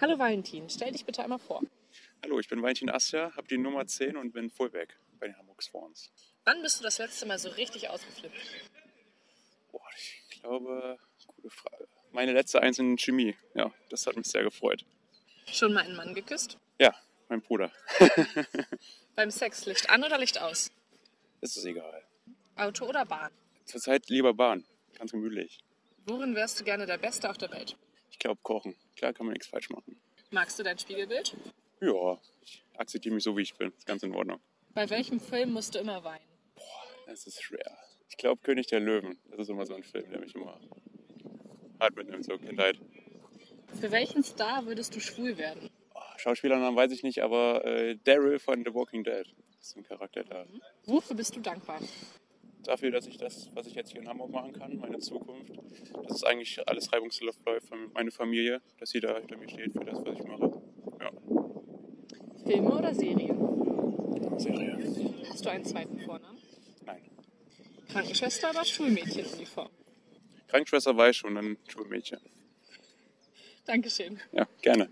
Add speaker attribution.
Speaker 1: Hallo Valentin, stell dich bitte einmal vor.
Speaker 2: Hallo, ich bin Valentin Asja, habe die Nummer 10 und bin Fullback bei den Hamburg Swans.
Speaker 1: Wann bist du das letzte Mal so richtig ausgeflippt?
Speaker 2: Boah, ich glaube, gute Frage. Meine letzte Eins in Chemie, ja, das hat mich sehr gefreut.
Speaker 1: Schon mal einen Mann geküsst?
Speaker 2: Ja, mein Bruder.
Speaker 1: Beim Sex Licht an oder Licht aus?
Speaker 2: Ist es egal.
Speaker 1: Auto oder Bahn?
Speaker 2: Zurzeit lieber Bahn, ganz gemütlich.
Speaker 1: Worin wärst du gerne der Beste auf der Welt?
Speaker 2: Ich glaube, kochen. Klar kann man nichts falsch machen.
Speaker 1: Magst du dein Spiegelbild?
Speaker 2: Ja, ich akzeptiere mich so, wie ich bin. Ist ganz in Ordnung.
Speaker 1: Bei welchem Film musst du immer weinen?
Speaker 2: Das ist schwer. Ich glaube, König der Löwen. Das ist immer so ein Film, der mich immer hart mitnimmt, so Kindheit.
Speaker 1: Für welchen Star würdest du schwul werden?
Speaker 2: Oh, Schauspielernamen weiß ich nicht, aber äh, Daryl von The Walking Dead ist so ein Charakter da.
Speaker 1: Wofür bist du dankbar?
Speaker 2: Dafür, dass ich das, was ich jetzt hier in Hamburg machen kann, meine Zukunft, dass es eigentlich alles reibungslos läuft, meine Familie, dass sie da hinter mir steht für das, was ich mache.
Speaker 1: Filme oder Serien?
Speaker 2: Serie.
Speaker 1: Hast du einen zweiten Vornamen?
Speaker 2: Nein.
Speaker 1: Krankenschwester oder Schulmädchenuniform?
Speaker 2: Krankenschwester war ich schon, dann Schulmädchen.
Speaker 1: Dankeschön.
Speaker 2: Ja, gerne.